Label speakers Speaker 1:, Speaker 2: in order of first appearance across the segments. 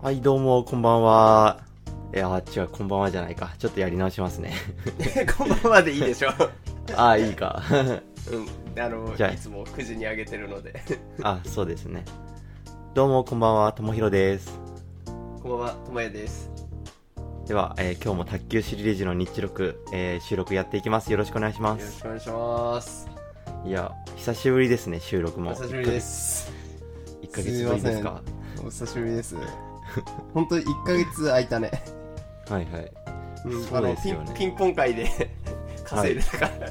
Speaker 1: はい、どうも、こんばんは。いやー、違う、こんばんはじゃないか。ちょっとやり直します ね。
Speaker 2: こんばんはでいいでしょ
Speaker 1: あー、いいか。
Speaker 2: うんあの
Speaker 1: じゃあ
Speaker 2: いつも9時にあげてるので
Speaker 1: あ、そうですね。どうも、こんばんは、ともひろです。
Speaker 2: こんばんはともやです
Speaker 1: では、えー今日も卓球シリーズの日録、えー収録やっていきます。よろしくお願いし
Speaker 2: よ
Speaker 1: ま
Speaker 2: ろし
Speaker 1: す。
Speaker 2: くお願いします
Speaker 1: いや、久しぶりですね、収録も。
Speaker 2: お久しぶりです
Speaker 1: 1ヶ月ぶりですか。
Speaker 2: お久しぶりです 本当一1か月空いた ね、
Speaker 1: はいはい。
Speaker 2: うん
Speaker 1: そうですよね
Speaker 2: あのピンピンポン会で 稼いでたから、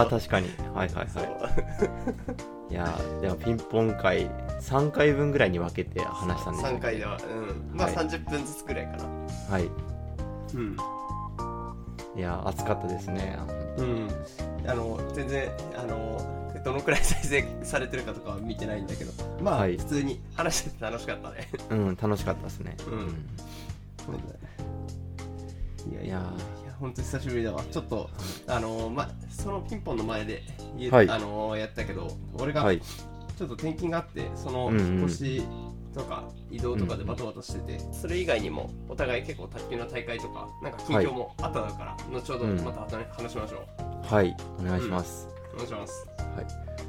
Speaker 1: あー、確かに。はいはい
Speaker 2: そ
Speaker 1: は
Speaker 2: う
Speaker 1: い。いやー、でもピンポン会、3回分ぐらいに分けて話したんですよね
Speaker 2: 3回 ではうんまあ
Speaker 1: はい
Speaker 2: 30分ずつくらいかな
Speaker 1: はい。
Speaker 2: うん
Speaker 1: いやー、暑かったですね。
Speaker 2: うんあの全然あのどのくらい再生されてるかとかは見てないんだけどまあ、
Speaker 1: はい
Speaker 2: 普通に話してて楽しかったね
Speaker 1: うん、楽しかったですね。
Speaker 2: うんいや
Speaker 1: いや
Speaker 2: いや本当久しぶりだわちょっとあのーまそのピンポンの前で、い
Speaker 1: はい
Speaker 2: あのーやったけど俺が
Speaker 1: は
Speaker 2: ち
Speaker 1: い。
Speaker 2: ょっと転勤があって、その
Speaker 1: うんうん
Speaker 2: 引っ越しとか移動とかでバタバタしてて、それ以外にもお互い結構卓球の大会とかなんか近況もあっただから、後ほどまた話話しましょ
Speaker 1: はい、お願いします。
Speaker 2: うお願いします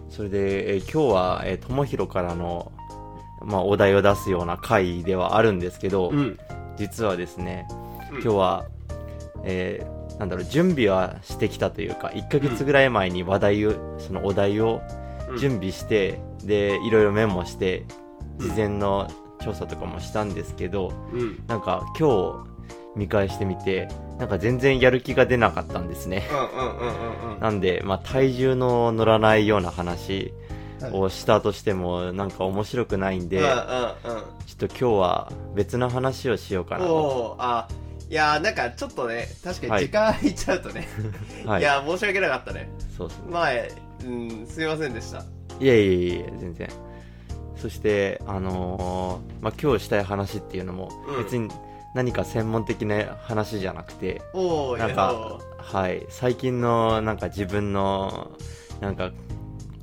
Speaker 1: それで、えー今日は、えー、ともひろからの、まあ、お題を出すような回ではあるんですけど、
Speaker 2: ん
Speaker 1: 実はですね、
Speaker 2: 今
Speaker 1: 今日は、えーなんだろう、準備はしてきたというか、1ヶ月ぐらい前に話題を、そのお題を準備して、で、いろいろメモして、事前の調査とかもしたんですけど、
Speaker 2: うん
Speaker 1: なんか今日見返してみて、なんか全然やる気が出なかったんですね。
Speaker 2: うんうんうんうんうん
Speaker 1: なんで、まあ、体重の乗らないような話
Speaker 2: はい
Speaker 1: をしたとしても、なんか面白くないんで、ち
Speaker 2: うんうんうん
Speaker 1: ょっと今日は別の話をしようかなと。
Speaker 2: おーあいやーなんかちょっとね確か
Speaker 1: はい
Speaker 2: に時間空いちゃうとね、、
Speaker 1: はいい。
Speaker 2: やー申し訳なかったね
Speaker 1: そうそう。
Speaker 2: 前、うん、すいませんでした
Speaker 1: いやいやいや全然。そして、あのーまあ、今日したい話っていうのも
Speaker 2: う、ん
Speaker 1: 別に何か専門的な話じゃなくて、
Speaker 2: おお
Speaker 1: なんか、はい、最近の、なんか自分の、なんか、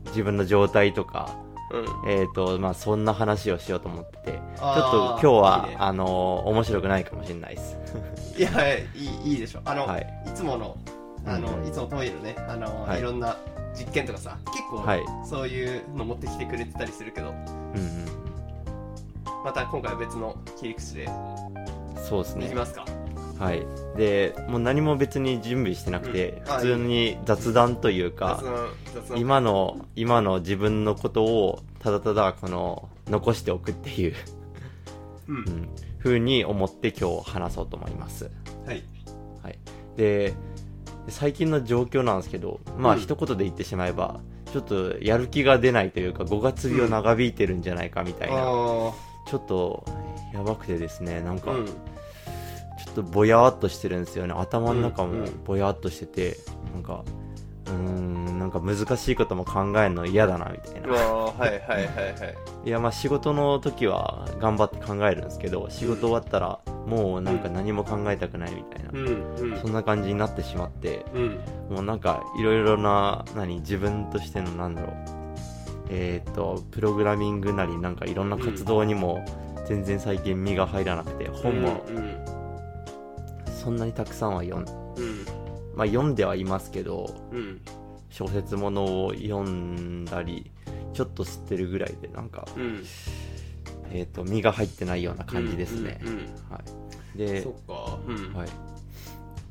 Speaker 1: 自分の状態とか、
Speaker 2: うん、ちょ
Speaker 1: えっ、と、まあ、そんな話をしようと思ってて、ち
Speaker 2: っ
Speaker 1: ょっと今日は、あの面白くないかもしれないです。
Speaker 2: いい,、ね、いやいいいいでしょあの、
Speaker 1: はい
Speaker 2: い、つものあの、
Speaker 1: うん
Speaker 2: いつもトイレのねあの、
Speaker 1: はい
Speaker 2: い、ろんな実験とかさ結構、
Speaker 1: はい
Speaker 2: そういうの持ってきてくれてたりするけど
Speaker 1: うん
Speaker 2: また今回は別の切り口で
Speaker 1: うん。そうです
Speaker 2: いき
Speaker 1: ね。
Speaker 2: ますか、
Speaker 1: はい。で、もう何も別に準備してなくて、
Speaker 2: うんあ
Speaker 1: 普通に雑談という
Speaker 2: 雑
Speaker 1: か、
Speaker 2: 談雑談
Speaker 1: 今の、今の自分のことを、ただただ、この、残しておくっていう、
Speaker 2: う
Speaker 1: うんん、風に思って今日話そうと思います。
Speaker 2: はい
Speaker 1: はい。で、最近の状況なんですけど、まあ、
Speaker 2: うん
Speaker 1: 一言で言ってしまえば、ちょっとやる気が出ないというか、5月病長引いてるんじゃないかみたいな、
Speaker 2: あ
Speaker 1: ちょっとやばくてですねなんか
Speaker 2: ーうん
Speaker 1: ちょっとぼやーっとしてるんですよね頭の中
Speaker 2: うん
Speaker 1: も
Speaker 2: うん
Speaker 1: ぼやーっとしててなんかうーんなんか難しいことも考えるの嫌だなみたいうな
Speaker 2: わーはいはいはいはい
Speaker 1: いやまあ仕事の時は頑張って考えるんですけど仕事終わったらもうなんか何も考えたくないみたいな
Speaker 2: うんうん
Speaker 1: そんな感じになってしまって
Speaker 2: うん
Speaker 1: もうなんかいろいろな何自分としてのなんだろうえっ、とプログラミングなりなんかいろんな活動にも全然最近身が入らなくて本も
Speaker 2: うんうん
Speaker 1: そんなにたくさんは読ん,、
Speaker 2: うん
Speaker 1: まあ、読んではいますけど
Speaker 2: うん
Speaker 1: 小説ものを読んだりちょっと知ってるぐらいでなんか、
Speaker 2: うん
Speaker 1: えー、と身が入ってないような感じですね、
Speaker 2: うんうん
Speaker 1: はい、
Speaker 2: うん
Speaker 1: で
Speaker 2: そ、っかうん
Speaker 1: はい、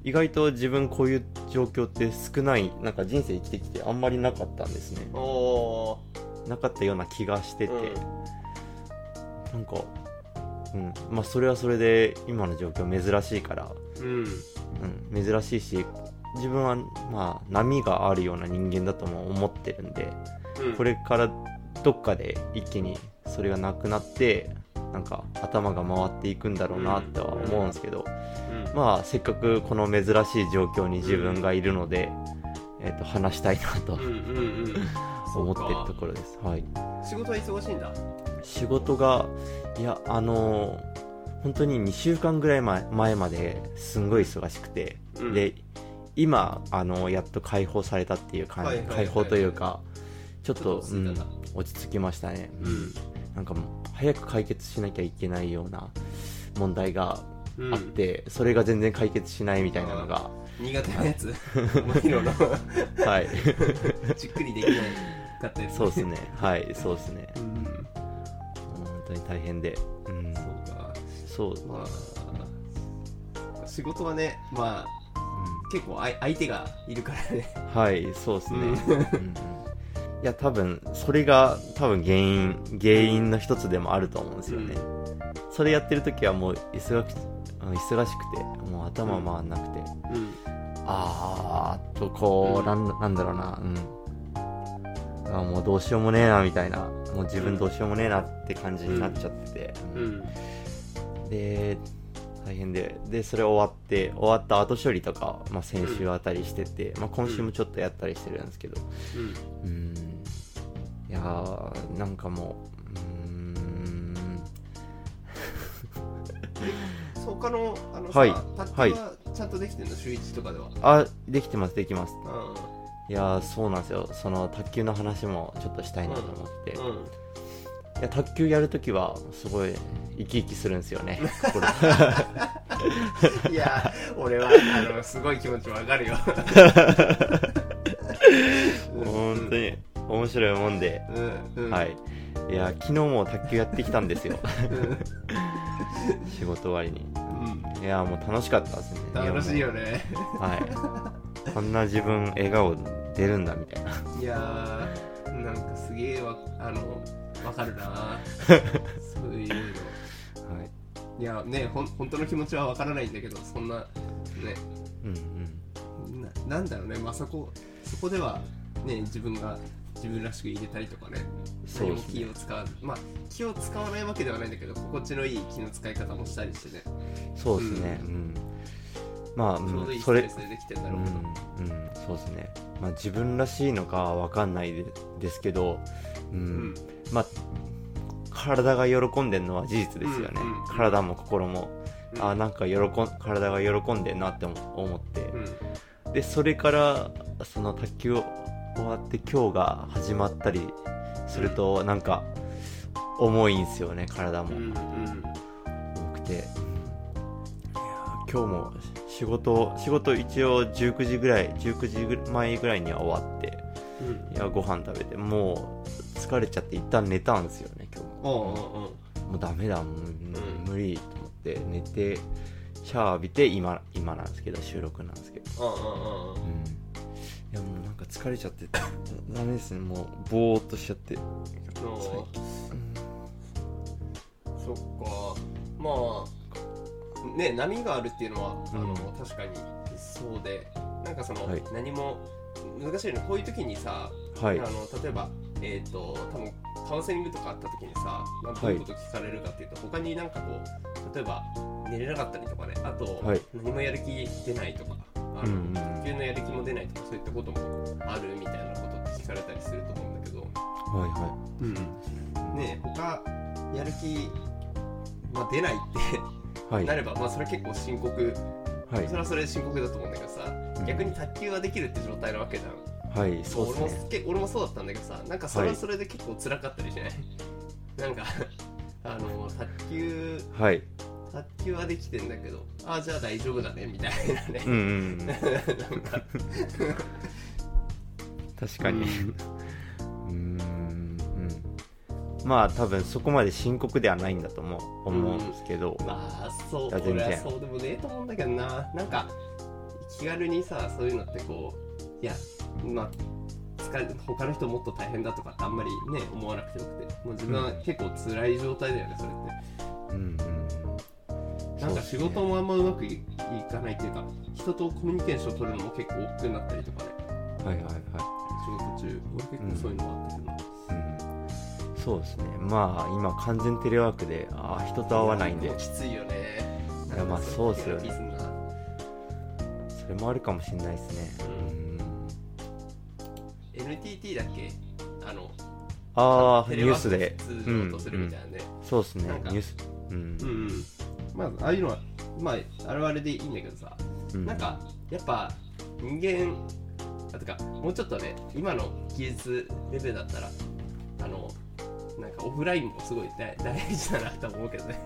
Speaker 1: 意外と自分こういう状況って少ないなんか人生生きてきてあんまりなかったんですね
Speaker 2: おお
Speaker 1: なかったような気がしてて、
Speaker 2: うん
Speaker 1: なんかうんまあそれはそれで今の状況珍しいから
Speaker 2: ーうん
Speaker 1: うん、珍しいし自分はまあ波があるような人間だとも思ってるんで
Speaker 2: うん
Speaker 1: これからどっかで一気にそれがなくなってなんか頭が回っていくんだろうなっては思うんですけど、
Speaker 2: うん
Speaker 1: まあせっかくこの珍しい状況に自分がいるので、えっと話したいなと
Speaker 2: うんうんうん
Speaker 1: 思ってる
Speaker 2: そ
Speaker 1: と
Speaker 2: うか
Speaker 1: ころです、はい、
Speaker 2: 仕事は忙しいんだ
Speaker 1: 仕事がいやあのー本当に2週間ぐらい前前まですんごい忙しくて、
Speaker 2: うん
Speaker 1: で今あのやっと解放されたっていう感じ、
Speaker 2: はいはいはい
Speaker 1: 解放というかちょっと
Speaker 2: ちょっと落ち着いたな
Speaker 1: うん、落ち着きましたね、なんかもう早く解決しなきゃいけないような問題が
Speaker 2: うん
Speaker 1: あって、それが全然解決しないみたいなのが、
Speaker 2: 苦手な やつもういろいろ
Speaker 1: はい
Speaker 2: じっくりできないかったやつ
Speaker 1: そうですねはいそうですね
Speaker 2: うん
Speaker 1: もう本当に大変で、うん、
Speaker 2: そうか
Speaker 1: そう
Speaker 2: まあ仕事はねまあ結構あい相手がいるからね
Speaker 1: うんはいそうですね、
Speaker 2: う
Speaker 1: うんうんいや多分それが多分原因原因の一つでもあると思うんですよね、それやってる時はもう忙く忙しくてもう頭回んなくて、
Speaker 2: うん
Speaker 1: あーっとこう、なんなんだろうなうんあもうどうしようもねえなみたいなもう自分どうしようもねえなって感じになっちゃってて、
Speaker 2: うん
Speaker 1: で大変ででそれ終わって終わった後処理とか、まあ、先週あたりしてて、まあ、今週もちょっとやったりしてるんですけどうんいやーなんかもううーん
Speaker 2: そう他のあのさ、
Speaker 1: はい
Speaker 2: パッチはちゃんとできてんの週一とかでは、
Speaker 1: あできてますできます
Speaker 2: う
Speaker 1: いやーそうなんですよその卓球の話もちょっとしたいなと思って、
Speaker 2: んうん、
Speaker 1: いや卓球やるときはすごい生き生きするんですよ ねこれ
Speaker 2: いや俺はあのすごい気持ちわかるよ
Speaker 1: 本当に面白いもんで、
Speaker 2: うんうん
Speaker 1: はいいや昨日も卓球やってきたんですよ
Speaker 2: うん
Speaker 1: 仕事終わりに
Speaker 2: うん
Speaker 1: いやもう楽しかったですね
Speaker 2: 楽しいよ
Speaker 1: ね
Speaker 2: ね
Speaker 1: はいこんな自分笑顔出るんだみたいない
Speaker 2: やーなんかすげえわあのわかるなそういうの
Speaker 1: はい
Speaker 2: いやねほん本当の気持ちはわからないんだけどそんなね
Speaker 1: うんうん
Speaker 2: ななんだろうねまあそこそこではね自分が自分らしく入れたりとかね
Speaker 1: そう
Speaker 2: 何も
Speaker 1: です
Speaker 2: 気
Speaker 1: ね
Speaker 2: を使わまあ気を使わないわけではないんだけど心地のいい気の使い方もしたりしてね
Speaker 1: そうですねうん、まあ、うん
Speaker 2: ちょうどいいス
Speaker 1: そ
Speaker 2: ト
Speaker 1: れ
Speaker 2: レスでできてんだ
Speaker 1: う
Speaker 2: ろうけど
Speaker 1: ん、うん、そうですね、まあ、自分らしいのかわかんないでですけど、うん
Speaker 2: うん
Speaker 1: まあ、体が喜んでるのは事実ですよね、
Speaker 2: うんうん
Speaker 1: 体も心も、
Speaker 2: うん
Speaker 1: あなんか喜ん体が喜んでるなって思思って
Speaker 2: う、ん
Speaker 1: でそれからその卓球を終わって今日が始まったりすると、なんか重いんですよね体も、
Speaker 2: うんうん
Speaker 1: 重くて、いやー今日も仕事仕事一応19時ぐらい19時ぐらい前ぐらいには終わって
Speaker 2: うん
Speaker 1: いやご飯食べてもう疲れちゃって一旦寝たんですよね今日
Speaker 2: おう
Speaker 1: も
Speaker 2: おうおう
Speaker 1: もうダメだもう無理と思って寝てシャワー浴びて今今なんですけど収録なんですけど、
Speaker 2: おうおうお
Speaker 1: う
Speaker 2: う
Speaker 1: ん、いやもうなんか疲れちゃってダメですねもうぼーっとしちゃって、う
Speaker 2: そう
Speaker 1: うん
Speaker 2: そっかまあね波があるっていうのは、あ
Speaker 1: う
Speaker 2: の
Speaker 1: ん
Speaker 2: 確かにそうでなんかその、
Speaker 1: はい
Speaker 2: 何も難しいよねこういう時にさ、
Speaker 1: はい
Speaker 2: あの例えばえっ、と多分カウンセリングとかあった時にさなんかど
Speaker 1: は
Speaker 2: う
Speaker 1: い
Speaker 2: いうこと聞かれるかっていうと、他になんかこう例えば寝れなかったりとかねあと、
Speaker 1: はい
Speaker 2: 何もやる気出ないとかあ
Speaker 1: うん
Speaker 2: の、
Speaker 1: うん
Speaker 2: 卓球のやる気も出ないとかそういったこともあるみたいなことって聞かれたりすると思うんだけど。
Speaker 1: はいは
Speaker 2: ね他やる気、まあ、出ないっ
Speaker 1: いは
Speaker 2: て
Speaker 1: い
Speaker 2: なれば、まあ、それ結構深刻、
Speaker 1: はい
Speaker 2: それはそれで深刻だと思うんだけどさ
Speaker 1: うん
Speaker 2: 逆に卓球はできるって状態なわけじゃん
Speaker 1: はいそうです
Speaker 2: 俺
Speaker 1: ね
Speaker 2: もけ俺もそうだったんだけどさなんかそれ
Speaker 1: は
Speaker 2: はいそれで結構辛かったりしない、 なんかあの卓球
Speaker 1: はい
Speaker 2: 卓球はできてんだけどああじゃあ大丈夫だねみたいなね、
Speaker 1: うんうんうん
Speaker 2: なんか
Speaker 1: 確かにうーんうんまあ多分そこまで深刻ではないんだと思う思うんですけど、
Speaker 2: まあそう
Speaker 1: いや全
Speaker 2: 俺
Speaker 1: 然
Speaker 2: はそうでもねえと思うんだけどななんか気軽にさそういうのってこういやまあ疲れ他の人もっと大変だとかってあんまりね思わなくてよくてもう自分は結構辛い状態だよねそれっ
Speaker 1: うんうんうん
Speaker 2: てなんか仕事もあんまうまくいいかないっていうか人とコミュニケーション取るのも結構億劫になったりとかね
Speaker 1: はいはいは
Speaker 2: 仕事中俺結構そういうのもあったけど、
Speaker 1: い、うん、そうですねまあ今完全テレワークであー人と会わないんで
Speaker 2: もうきついよね
Speaker 1: いやまあそうっすよね
Speaker 2: なんかれ気がすんな
Speaker 1: それもあるかもしれないですね
Speaker 2: う
Speaker 1: うん
Speaker 2: NTT だっけあの
Speaker 1: ああ
Speaker 2: テ
Speaker 1: ニ
Speaker 2: レ
Speaker 1: ュー
Speaker 2: ワー
Speaker 1: ス
Speaker 2: ク
Speaker 1: で
Speaker 2: 通常とするみたいなね、
Speaker 1: そうですね
Speaker 2: なんか
Speaker 1: ニュースうん
Speaker 2: うん、うん、まあああいうのはまああれはあれでいいんだけどさ、
Speaker 1: う
Speaker 2: なんかやっぱ人間あてかもうちょっとね今の技術レベルだったらあのなんかオフラインもすごい大大事だなと思うけどね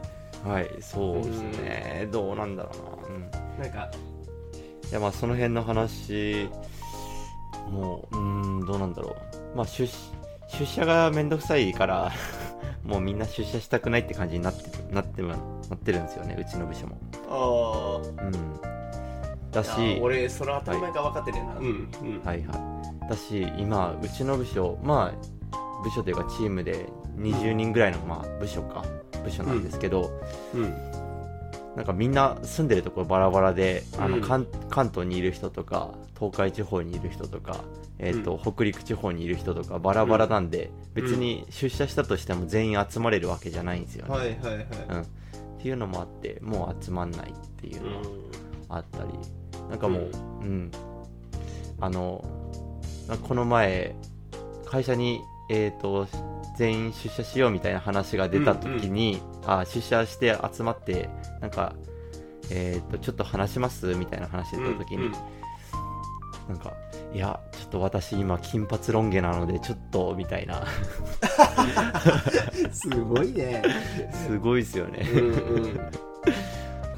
Speaker 1: はいそうですねどうなんだろうな、うん、
Speaker 2: なんか
Speaker 1: いやまあその辺の話もううーんどうなんだろうまあ出出社がめんどくさいから もうみんな出社したくないって感じになってなってなってるんですよねうちの部署も
Speaker 2: あ
Speaker 1: うんだ
Speaker 2: あ
Speaker 1: し
Speaker 2: 俺その頭前が分かってねえな、うんうん
Speaker 1: はいはいだし今うちの部署まあ部署というかチームで20人ぐらいの、まあ、部署か部署なんですけど、
Speaker 2: うん
Speaker 1: なんかみんな住んでるところバラバラで、あ
Speaker 2: う
Speaker 1: の
Speaker 2: ん
Speaker 1: 関関東にいる人とか東海地方にいる人とか、えーと北陸地方にいる人とかバラバラなんで、
Speaker 2: うん
Speaker 1: 別に出社したとしても全員集まれるわけじゃないんですよね、
Speaker 2: はいはいはい
Speaker 1: うん、っていうのもあってもう集まんないっていう
Speaker 2: う
Speaker 1: の
Speaker 2: ん
Speaker 1: があったり、なんかもう、うんあのなんかこの前会社に、えー、と全員出社しようみたいな話が出た時に、あ出社して集まってなんか、えー、とちょっと話しますみたいな話出た時に、
Speaker 2: うん
Speaker 1: なんか「いやちょっと私今金髪ロン毛なのでちょっと」みたいな
Speaker 2: うんすごいね
Speaker 1: すごいですよね。
Speaker 2: うんうん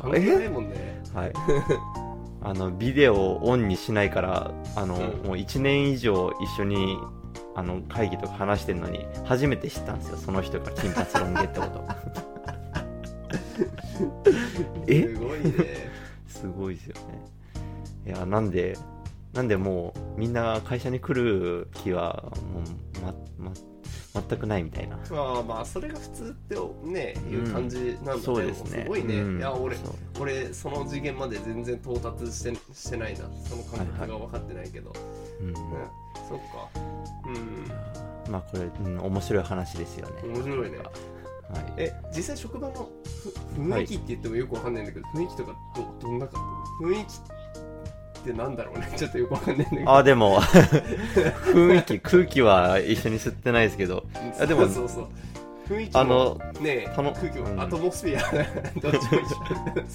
Speaker 2: 考えないもんね
Speaker 1: はい、 あのビデオをオンにしないからあの、
Speaker 2: うん
Speaker 1: もう1年以上一緒にあの会議とか話してるのに初めて知ったんですよその人が金髪ロン毛ってこと え
Speaker 2: すごいね
Speaker 1: すごいですよねいやなんでなんでもうみんな会社に来る気はもう、まま、全くないみたいな
Speaker 2: まあまあそれが普通ってねいう感じなんだけど、
Speaker 1: そうですね
Speaker 2: ごいね、
Speaker 1: うん
Speaker 2: いや俺
Speaker 1: そう
Speaker 2: 俺その次元まで全然到達してしてないなその感覚が分かってないけど、
Speaker 1: うん
Speaker 2: ねそっか
Speaker 1: まあこれ、うん、面白い話ですよね
Speaker 2: うん面白いね
Speaker 1: はい
Speaker 2: え実際職場のふ雰囲気って言ってもよくわかんないんだけど、雰囲気とかどどんなか雰囲気ってなんだろうね ちょっとよくわかんないんだけど
Speaker 1: あでも雰囲気空気は一緒に吸ってないですけど あでも
Speaker 2: そうそうそう雰囲気も
Speaker 1: あの
Speaker 2: ねえ
Speaker 1: たの
Speaker 2: 空気も、
Speaker 1: うん
Speaker 2: アトモス フィアどっちも一緒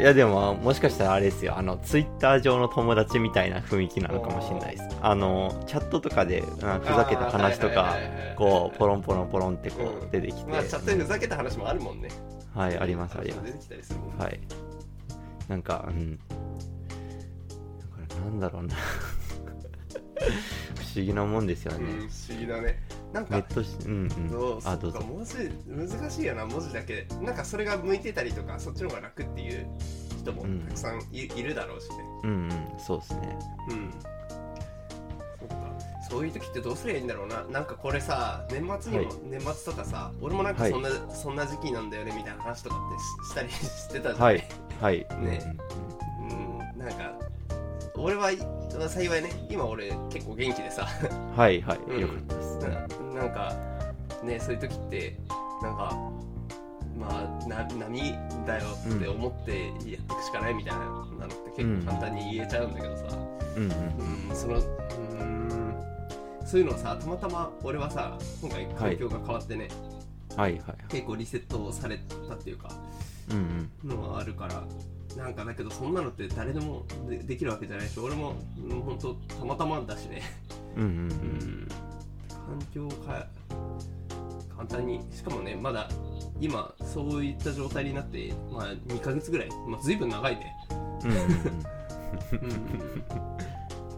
Speaker 1: いやでももしかしたらあれですよあのツイッター上の友達みたいな雰囲気なのかもしれないですあのチャットとかで、うんふざけた話と
Speaker 2: あ
Speaker 1: か
Speaker 2: ーはいはいはいはい
Speaker 1: こうポロンポロンポロンってこ
Speaker 2: う
Speaker 1: うん出てきて、
Speaker 2: まあチャットでふざけた話もあるもんね
Speaker 1: はいありますありま
Speaker 2: 出てきたりするもん
Speaker 1: すはいなんかうんだからなんだろうな 不思議なもんですよ
Speaker 2: う
Speaker 1: ね、
Speaker 2: ん、不思議だねなん
Speaker 1: ネ
Speaker 2: か
Speaker 1: ットしうんうん
Speaker 2: そうそ
Speaker 1: あ
Speaker 2: っ
Speaker 1: どう
Speaker 2: か
Speaker 1: ぞ
Speaker 2: 文字難しいよな文字だけなんかそれが向いてたりとかそっちの方が楽っていう人も
Speaker 1: うん
Speaker 2: たくさんい,、るだろうしね
Speaker 1: うんうんそうですね
Speaker 2: うんそっかそういう時ってどうすりゃいいんだろうななんかこれさ年末にも、
Speaker 1: はい
Speaker 2: 年末とかさ俺もなんか
Speaker 1: はい
Speaker 2: そんな、そんな時期なんだよねみたいな話とかってしした りしてたじゃん、
Speaker 1: はいはい
Speaker 2: ね
Speaker 1: うんうん
Speaker 2: うんなんか俺はい幸いね今俺結構元気でさ
Speaker 1: はいは
Speaker 2: うん
Speaker 1: い、よかったです。
Speaker 2: ななんかねそういう時ってなんかまあな波だよって思ってやっていくしかないみたいなのって結構簡単に言えちゃうんだけどさ、
Speaker 1: うんうん。
Speaker 2: うん、そのうーんそういうのをさたまたま俺はさ今回環境が変わってね、
Speaker 1: はいはい。
Speaker 2: 結構リセットされたっていうか
Speaker 1: うん
Speaker 2: のはあるからなんかだけどそんなのって誰でもでできるわけじゃないし俺もうんほんとたまたまだしね
Speaker 1: うん。うん
Speaker 2: う
Speaker 1: うん
Speaker 2: ん環境を変え簡単にしかもねまだ今そういった状態になって、まあ、2ヶ月ぐらい、まあ、随分長いね、
Speaker 1: うん。うんうん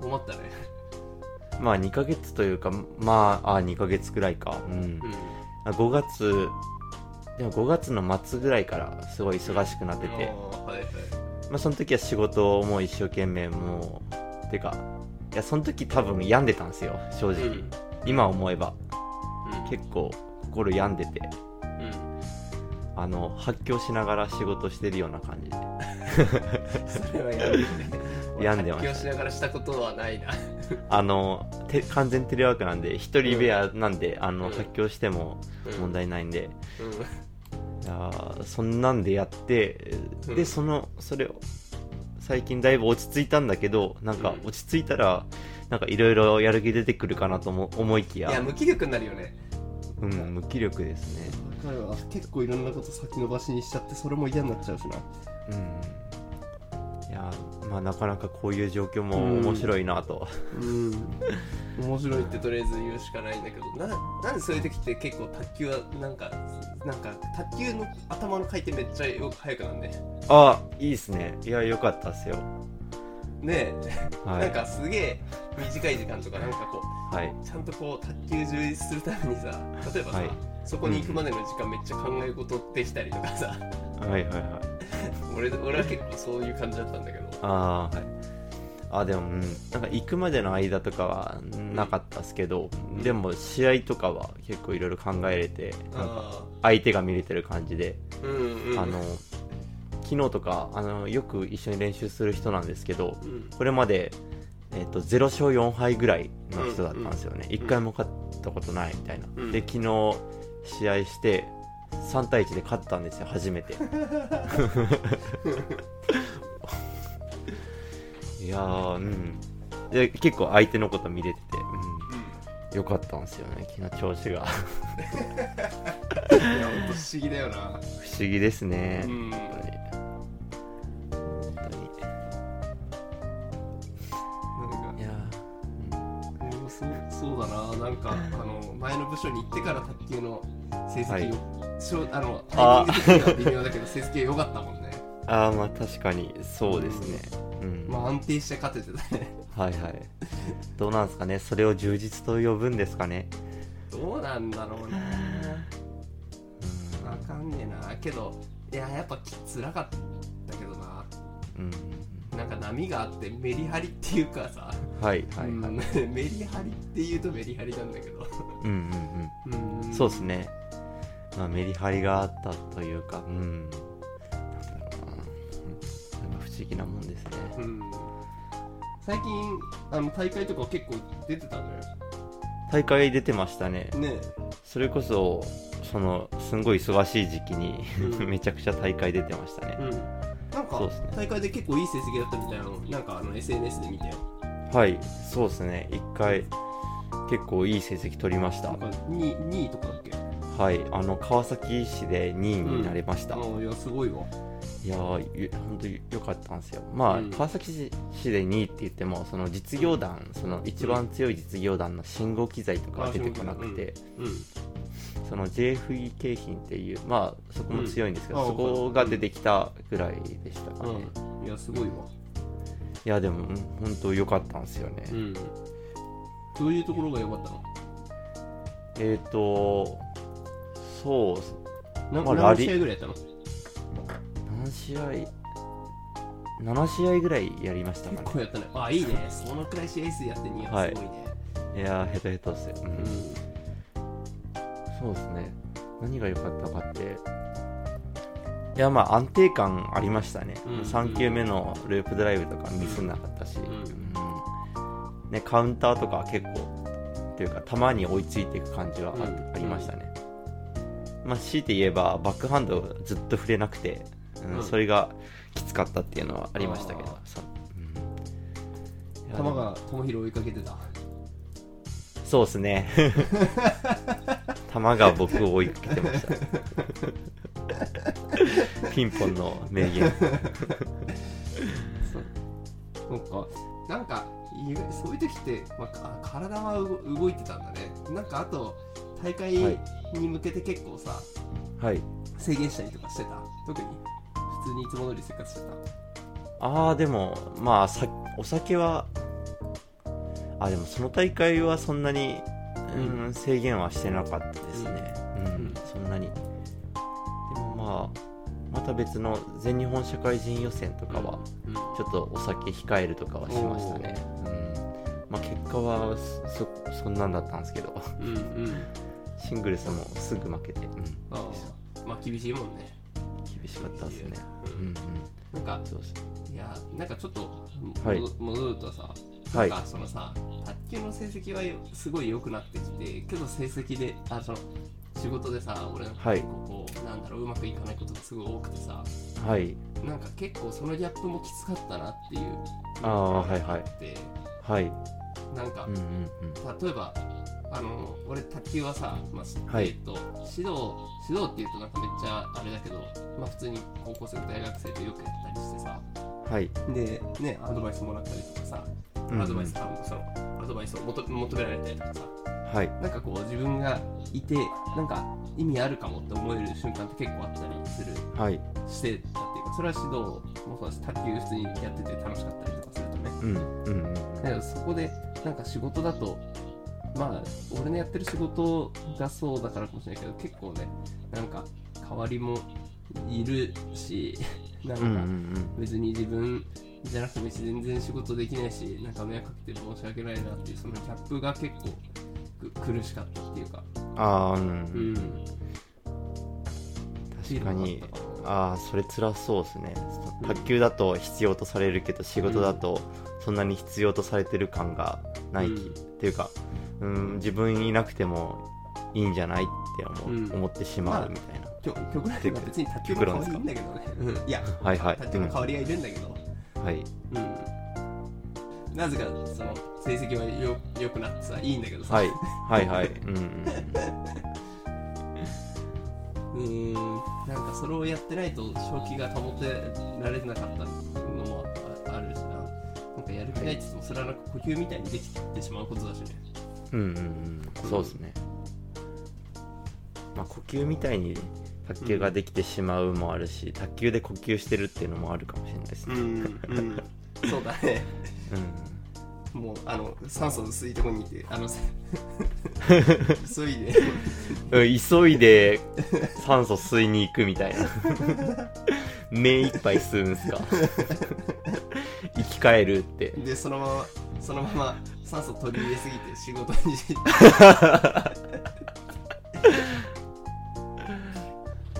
Speaker 2: 思ったね、
Speaker 1: うん、 まあ2ヶ月というか、まあ、あ2ヶ月くらいか。うん
Speaker 2: う。ん
Speaker 1: あ5月、でも5月の末ぐらいからすごい忙しくなってて、
Speaker 2: あーはいはい
Speaker 1: まあその時は仕事をもう一生懸命もう、てか、いやその時多分病んでたんですよ、正直。
Speaker 2: うん
Speaker 1: 今思えば。
Speaker 2: うん
Speaker 1: 結構心病んでて、あの、発狂しながら仕事してるような感じで。
Speaker 2: うんそれは病んでるね
Speaker 1: 病んでました
Speaker 2: 俺発狂しながらしたことはないな
Speaker 1: あのて完全テレワークなんで一人部屋なんで、あの
Speaker 2: うん
Speaker 1: 発狂しても問、題ないんで、
Speaker 2: うんうん
Speaker 1: いやーそんなんでやって
Speaker 2: うん
Speaker 1: でそのそれを最近だいぶ落ち着いたんだけどなんか
Speaker 2: うん
Speaker 1: 落ち着いたらなんかいろいろやる気出てくるかなと思思いきや
Speaker 2: いや無気力になるよね
Speaker 1: うん、無気力ですね、
Speaker 2: わかるわ結構いろんなこと先延ばしにしちゃってそれも嫌になっちゃうしな
Speaker 1: うん、いやーまあなかなかこういう状況も面白いなと、
Speaker 2: うん面白いってとりあえず言うしかないんだけどななんでそういう時って結構卓球はなんかなんか卓球の頭の回転めっちゃよく速くなんで
Speaker 1: あいいですねいやよかったっすよ
Speaker 2: ねえ、
Speaker 1: は
Speaker 2: なん
Speaker 1: い
Speaker 2: かすげえ短い時間とかなんかこ
Speaker 1: はいう
Speaker 2: ちゃんとこう卓球充実するためにさ例えばさ、
Speaker 1: はい
Speaker 2: そこに行くまでの時間めっちゃ考え事できたりとかさ
Speaker 1: はいはいはい
Speaker 2: 俺俺は結構そういう感じだったんだけど
Speaker 1: ああはいあでもうんなんか行くまでの間とかはなかったっすけど、
Speaker 2: ん
Speaker 1: でも試合とかは結構いろいろ考えれてなんか
Speaker 2: あ
Speaker 1: 相手が見れてる感じで、
Speaker 2: あうんうん
Speaker 1: あの昨日とかあのよく一緒に練習する人なんですけど
Speaker 2: うん
Speaker 1: これまで、えっと0勝4敗ぐらいの人だったんですよね、1回も勝ったことないみたいな、
Speaker 2: うん
Speaker 1: で昨日試合して3対1で勝ったんですよ初 めていやーうんで結構相手のこと見れてて、うん、よかったんですよね昨日調子が
Speaker 2: うんいやほんと不思議だよな
Speaker 1: 不思議ですね、
Speaker 2: う
Speaker 1: 本
Speaker 2: ん
Speaker 1: 当に本当に
Speaker 2: なん
Speaker 1: いや
Speaker 2: か
Speaker 1: ー
Speaker 2: 俺もそうそうだななん かあの前の部署に行ってから卓球の成績を、しょあのタ
Speaker 1: あ
Speaker 2: イミング的には微妙だけど成績は良かったもんね
Speaker 1: うんああまあ確かにそうですね うん、
Speaker 2: まあ安定して勝ててた ね
Speaker 1: はいはいどうなんですかねそれを充実と呼ぶんですかね
Speaker 2: どうなんだろうなわかんねえなけどいややっぱき辛かったけどな
Speaker 1: うん、うん
Speaker 2: なんか波があってメリハリっていうかさ、
Speaker 1: はいはいはい、
Speaker 2: う
Speaker 1: うんん、うん
Speaker 2: メリハリっていうとメリハリなんだけど、
Speaker 1: うん
Speaker 2: うん
Speaker 1: そうですね、まあ、メリハリがあったというかうんなんだろうなうんなんか不思議なもんですね
Speaker 2: うん最近あの大会とか結構出てたのよ
Speaker 1: 大会出てましたね
Speaker 2: ね
Speaker 1: それこそそのすんごい忙しい時期に
Speaker 2: う ん
Speaker 1: めちゃくちゃ大会出てましたね
Speaker 2: う、んなん
Speaker 1: そうっ
Speaker 2: か
Speaker 1: すね
Speaker 2: 大会で結構いい成績だったみたいなのなんかあの SNS で見たよ
Speaker 1: はいそうですね一回結構いい成績取りました
Speaker 2: なんか 2, 2位とかだっけ
Speaker 1: はい、あの川崎市で2位になりました、い
Speaker 2: あいやすごいわ
Speaker 1: やー本当に良かったんですよまあ、
Speaker 2: うん
Speaker 1: 川崎市で2位って言ってもその実業団、その一番強い実業団の信号機材とかは出てこなくて、
Speaker 2: う
Speaker 1: その JFE 景品っていうまあそこも強いんですけど、
Speaker 2: うんあ
Speaker 1: そこが出てきたぐらいでしたかね、
Speaker 2: ん、
Speaker 1: い
Speaker 2: うん、いやすごいわ
Speaker 1: やでもうん本当良かったんですよね、
Speaker 2: うんどういうところが良かったの
Speaker 1: えっ、とそうっす
Speaker 2: な
Speaker 1: まあラ
Speaker 2: 何
Speaker 1: リー
Speaker 2: 試合ぐらいやったの
Speaker 1: 何試合7試合ぐらいやりましたかね
Speaker 2: 結構やったねあいいねそのくらい試合数やって2は
Speaker 1: はい
Speaker 2: すごいね、
Speaker 1: いやーヘトヘトっすよ、うん
Speaker 2: う
Speaker 1: そうですね何が良かったかっていやまあ安定感ありましたね、
Speaker 2: うん
Speaker 1: 3球目のループドライブとかミスんなかったし、うんね、カウンターとか結構というか球に追いついていく感じはあ,、
Speaker 2: うん
Speaker 1: ありましたね、まあ、強いて言えばバックハンドをずっと触れなくて、うん
Speaker 2: うん
Speaker 1: それがきつかったっていうのはありましたけど
Speaker 2: あ
Speaker 1: さうんいや
Speaker 2: ん、球が友広追いかけてた
Speaker 1: そうですね。弾が僕を追いかけてました。ピンポンの名言。
Speaker 2: そっかなんか意外そういう時って、まあ、あ体は動動いてたんだねなんかあと大会
Speaker 1: はい
Speaker 2: に向けて結構さ、
Speaker 1: はい。
Speaker 2: 制限したりとかしてた特に普通にいつも通り生活して
Speaker 1: ああ、でも、まあ、さお酒は、あでもその大会はそんなに、うん制限はしてなかったですね。うん、
Speaker 2: うん
Speaker 1: そんなに。でもまあ、また別の全日本社会人予選と
Speaker 2: た
Speaker 1: かは、
Speaker 2: うん
Speaker 1: ちょっとお酒控えるとかはしましたね。うん。まあ結果はそ、そそんなんだったんですけど、
Speaker 2: うんうん
Speaker 1: シングルスもすぐ負けて、うん、
Speaker 2: ああまあ厳しいもんね
Speaker 1: 厳しかったですね。うんうん。
Speaker 2: なんか
Speaker 1: そうです。
Speaker 2: いやなんかちょっと
Speaker 1: はい
Speaker 2: 戻戻るとさ、
Speaker 1: はい
Speaker 2: なんかそのさ卓球の成績はよすごい良くなってきてけど成績であその仕事でさ俺なんか
Speaker 1: はい
Speaker 2: 結構こう、なんだろううまくいかないことがすごい多くてさ
Speaker 1: はい。
Speaker 2: なんか結構そのギャップもきつかったなっていう
Speaker 1: ああ、はいはい。
Speaker 2: で
Speaker 1: はい。
Speaker 2: なんか
Speaker 1: うんうんうん。
Speaker 2: 例えばあの俺卓球はさ、まあ
Speaker 1: はい
Speaker 2: えっと指導指導っていうとなんかめっちゃあれだけど、まあ、普通に高校生と大学生とよくやったりしてさ
Speaker 1: はい。
Speaker 2: で、ね、アドバイスもらったりとかさ、アドバイス、あそのアドバイスを求求められたりとかさ、
Speaker 1: はい。
Speaker 2: なんかこう自分がいて、なんか意味あるかもって思える瞬間って結構あったりする、
Speaker 1: はい。
Speaker 2: してたっていうか、それは指導もそうだし、卓球普通にやってて楽しかったりとかするとね、
Speaker 1: うん。うん。うん
Speaker 2: だけどそこでなんか仕事だとまあ俺のやってる仕事がそうだからかもしれないけど結構ねなんか代わりもいるし な
Speaker 1: うんうん
Speaker 2: か
Speaker 1: ん
Speaker 2: 別に自分じゃなくてもいいし全然仕事できないしなんか迷惑かけて申し訳ないなっていうそのギャップが結構く苦しかったっていうか
Speaker 1: うん。ああ、うん。
Speaker 2: うん
Speaker 1: 確かに
Speaker 2: っていうのがあったかな
Speaker 1: ああそれ辛そうですねその卓球だと必要とされるけど仕事だとそんなに必要とされてる感がない、
Speaker 2: う
Speaker 1: っ
Speaker 2: ん
Speaker 1: ていうかうん自分いなくてもいいんじゃないって思う、
Speaker 2: うん
Speaker 1: 思ってしまうみたいな、
Speaker 2: きょ極論言えば別に卓球の代わりいいんだけどね、うんいや
Speaker 1: はいはい、
Speaker 2: 卓球の代わりはいるんだけど、
Speaker 1: うんはい
Speaker 2: うんなぜかその成績はよ良くなってさいいんだけどさ、
Speaker 1: はいはい はいうんうん
Speaker 2: うーんなんかそれをやってないと正気が保てられなかったのもああるしななんかやる気ないって言ってもそれはなんか呼吸みたいにできてしまうことだしね
Speaker 1: うんうんうんそうですね、まあ、呼吸みたいに卓球ができてしまうもあるし、卓球で呼吸してるっていうのもあるかもしれないですね、
Speaker 2: うんそうだね
Speaker 1: うん
Speaker 2: もうあの酸素薄いとこにいてあの 急いで
Speaker 1: うん急いで酸素吸いに行くみたいな目いっぱい吸うんすか生き返るって
Speaker 2: でそのままそのまま酸素取り入れすぎて仕事にい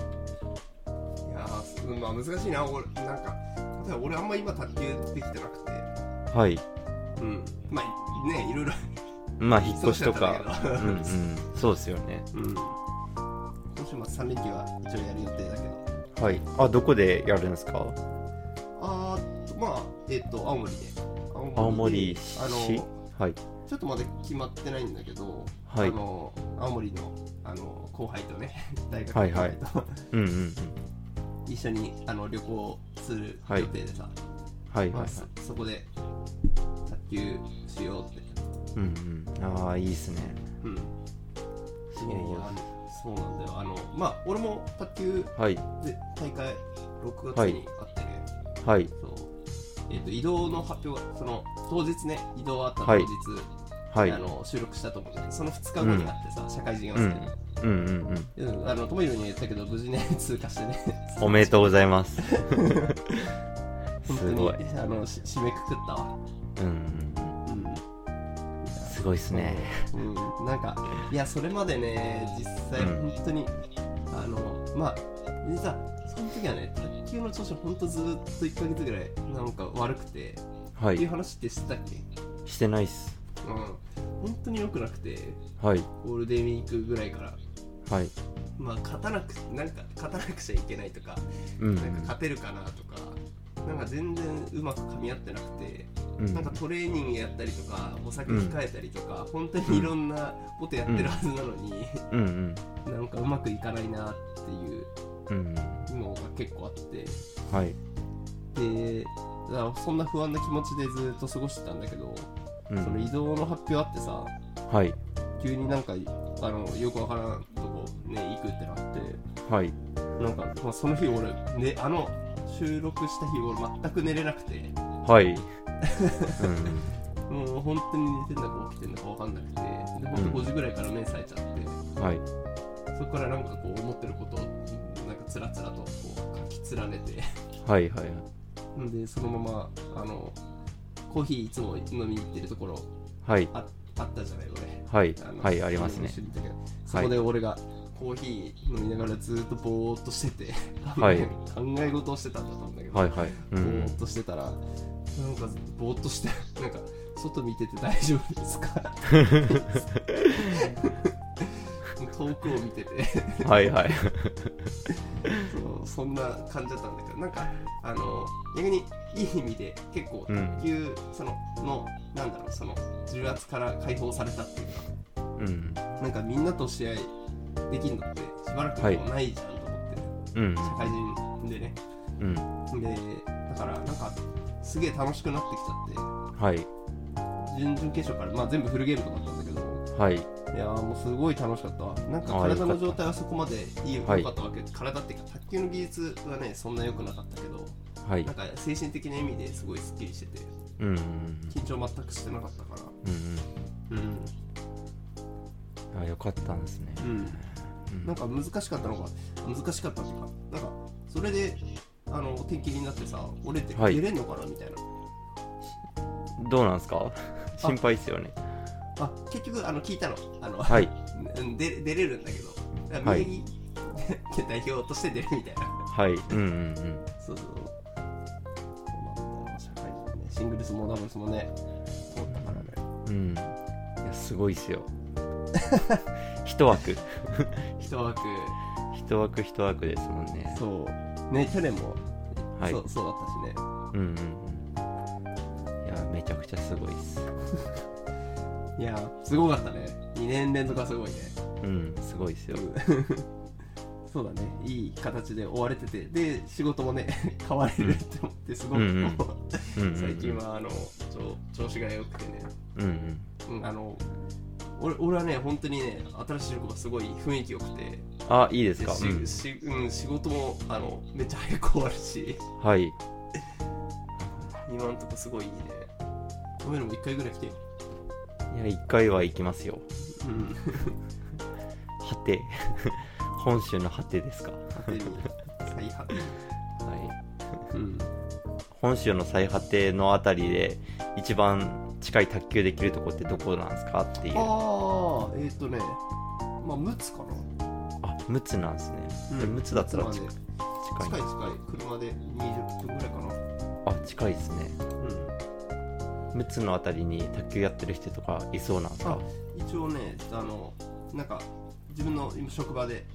Speaker 2: やーすまあ難しいな俺なんか例えば俺あんま今卓球できてなくて
Speaker 1: はい
Speaker 2: うんまあねいろいろ
Speaker 1: まあ引っ越しと
Speaker 2: 忙だ
Speaker 1: か
Speaker 2: ったん
Speaker 1: う
Speaker 2: だ
Speaker 1: んうんそうですよね
Speaker 2: けどうん今週末3連休は一応やる予定だけど
Speaker 1: はいあどこでやるんですか
Speaker 2: あーまあえっ、と青森で青森で
Speaker 1: 青森
Speaker 2: あ
Speaker 1: 市
Speaker 2: の
Speaker 1: はい
Speaker 2: ちょっとまだ決まってないんだけど、
Speaker 1: はい
Speaker 2: あの青森のあの後輩とね、 大学
Speaker 1: は
Speaker 2: の
Speaker 1: い
Speaker 2: 後
Speaker 1: はい
Speaker 2: 輩と、
Speaker 1: うんうんうん
Speaker 2: 一緒にあの旅行する予定でさ、
Speaker 1: はいはい
Speaker 2: ま
Speaker 1: は
Speaker 2: あ
Speaker 1: い
Speaker 2: そそこで卓球しようって。
Speaker 1: うんうんああいいっすね
Speaker 2: うん、
Speaker 1: すごい
Speaker 2: あのそうなんだよ。あのまあ、俺も卓球
Speaker 1: はい
Speaker 2: で大会6
Speaker 1: は
Speaker 2: 月
Speaker 1: い
Speaker 2: にあってね、
Speaker 1: はい
Speaker 2: そうえっと移動の発表が、その当日ね、移動あった当
Speaker 1: はい
Speaker 2: 日、
Speaker 1: はい
Speaker 2: あの収録したと思うんだけど、その2日後にあってさ、社会人が
Speaker 1: うんうんうんうん
Speaker 2: うん、あの、トモイロには言ったけど、無事ね、通過してね。
Speaker 1: おめでとうございます
Speaker 2: 本当
Speaker 1: す
Speaker 2: に
Speaker 1: ごい
Speaker 2: あの、し締めくくったわ。
Speaker 1: うんうんうん
Speaker 2: うん。
Speaker 1: すごいっすね
Speaker 2: うん。なんか、いや、それまでね、実際、
Speaker 1: う
Speaker 2: 本当に、あの、まあ、実は、その時はね、卓球の調子、本当ずっと1ヶ月ぐらい、なんか悪くて、
Speaker 1: は
Speaker 2: ってい
Speaker 1: いう
Speaker 2: 話ってしてたっけ
Speaker 1: してないっす
Speaker 2: うん。本当に良くなくて、
Speaker 1: はい
Speaker 2: ゴールデンウィークぐらいから、
Speaker 1: はい
Speaker 2: まあ、勝たなく、なんか、勝たなくちゃいけないとか、
Speaker 1: うんうん
Speaker 2: なんか勝てるかなとか、なんか全然うまくかみ合ってなくて、
Speaker 1: うん
Speaker 2: なんかトレーニングやったりとか、お酒控えたりとか、本当にいろんなことやってるはずなのに、
Speaker 1: うんうん
Speaker 2: なんかうまくいかないなっていう
Speaker 1: うん
Speaker 2: のが結構あって、
Speaker 1: はい
Speaker 2: で、だからそんな不安な気持ちでずっと過ごしてたんだけど、
Speaker 1: う
Speaker 2: その移
Speaker 1: ん
Speaker 2: 動の発表あってさ、
Speaker 1: はい
Speaker 2: 急になんか、あのよくわからんとこね、行くってなって、
Speaker 1: はい
Speaker 2: なんか、まあ、その日俺、ね、あの収録した日俺全く寝れなくて、
Speaker 1: はい
Speaker 2: もう本当に寝てんだか起きてんだか分かんなくて、で本当5時ぐらいから目覚えちゃって、
Speaker 1: うんはい
Speaker 2: そこからなんかこう思ってることをなんかつらつらとこう書き連ねて、
Speaker 1: はいはい
Speaker 2: んでそのままあのコーヒーいつも飲みに行ってるところ
Speaker 1: はい
Speaker 2: ああったじゃない俺。
Speaker 1: はい
Speaker 2: あの
Speaker 1: はいありますね
Speaker 2: 一緒に行ったけどそこで俺がコーヒー飲みながらずっとぼーっとしてて、
Speaker 1: はい
Speaker 2: 考え事をしてたんだと思うんだけど、
Speaker 1: はいはい
Speaker 2: ぼ
Speaker 1: うん
Speaker 2: ーっとしてたら、なんかぼーっとして、 なんか外見てて大丈夫で すか 遠くを見てて
Speaker 1: はいはい
Speaker 2: そう、そんな感じだったんだけど、なんか、あの逆にいい意味で、結構、
Speaker 1: うん
Speaker 2: 卓球、そのの、なんだろう、その重圧から解放されたっていう
Speaker 1: うん
Speaker 2: か、なんかみんなと試合できるのって、しばらく
Speaker 1: はい
Speaker 2: もうないじゃんと思って、
Speaker 1: うん
Speaker 2: 社会人でね。
Speaker 1: うん
Speaker 2: でだからなんかすげえ楽しくなってきちゃ
Speaker 1: はい
Speaker 2: って準々決勝から、まあ、全部フルゲームとかだったんだけど
Speaker 1: はい
Speaker 2: いやーもうすごい楽しかったわなんか
Speaker 1: あーよか
Speaker 2: 体
Speaker 1: った
Speaker 2: の状態はそこまでいい良か
Speaker 1: は
Speaker 2: っ
Speaker 1: い
Speaker 2: たわけ、体っていうか卓球の技術はねそんな良くなかったけど
Speaker 1: はい
Speaker 2: なんか精神的な意味ですごいスッキリしてて
Speaker 1: うんうん
Speaker 2: 緊張全くしてなかったから
Speaker 1: うん
Speaker 2: うん
Speaker 1: うんあよかったんですね
Speaker 2: うん
Speaker 1: うん
Speaker 2: なんか難しかったのが難しかったっていうかなんかそれであの天気になってさ俺って
Speaker 1: はい
Speaker 2: 出れんのかなみたいな、
Speaker 1: どうなんですか心配ですよね
Speaker 2: あ結局あの聞いたのあの、
Speaker 1: はい
Speaker 2: うん出出れるんだけどだから
Speaker 1: はい
Speaker 2: 宮城 代表として出るみたいな
Speaker 1: はいうんうんうん
Speaker 2: そうそうまあ社会人ねシングルスもダブルスもね通ったからね
Speaker 1: うんいやすごいっす よ一枠
Speaker 2: 一枠
Speaker 1: 一枠一枠ですもんね
Speaker 2: そうね去年も、
Speaker 1: はい
Speaker 2: そうそうだったしね
Speaker 1: うんうんうんいやめちゃくちゃすごいっす
Speaker 2: いやーすごかったね2年連続はすごいね
Speaker 1: うんすごいっすよ
Speaker 2: そうだねいい形で追われててで仕事もね 変われるって思ってすごく、
Speaker 1: うんうんうんうんうん
Speaker 2: 最近はあの調調子が良くてね、
Speaker 1: うんうん
Speaker 2: うん、あの俺俺はね本当にね新しい職場すごい雰囲気良くて
Speaker 1: あいいですか、
Speaker 2: し
Speaker 1: うん、
Speaker 2: しうん、仕事もあのめっちゃ早く終わるし
Speaker 1: はい
Speaker 2: 今のとこすごいいいねおめるも1回ぐらい来てよ、
Speaker 1: いや一回は行きますよ
Speaker 2: うん、
Speaker 1: 果て 本州の果てですか
Speaker 2: 果てに最果てに
Speaker 1: はい
Speaker 2: うん
Speaker 1: 本州の最果てのあたりで一番近い卓球できるとこってどこなんですかっていうあ
Speaker 2: ああえっ、ー、とねまあ陸奥かな
Speaker 1: 陸奥なんですね、
Speaker 2: うん
Speaker 1: で陸奥だったら
Speaker 2: 陸奥
Speaker 1: 近い近い
Speaker 2: まで近い近い車で20分ぐらいかな
Speaker 1: あ近いですね陸奥のあたりに卓球やってる人とかいそうなんですか
Speaker 2: 一応ねあのなんか自分の今職場で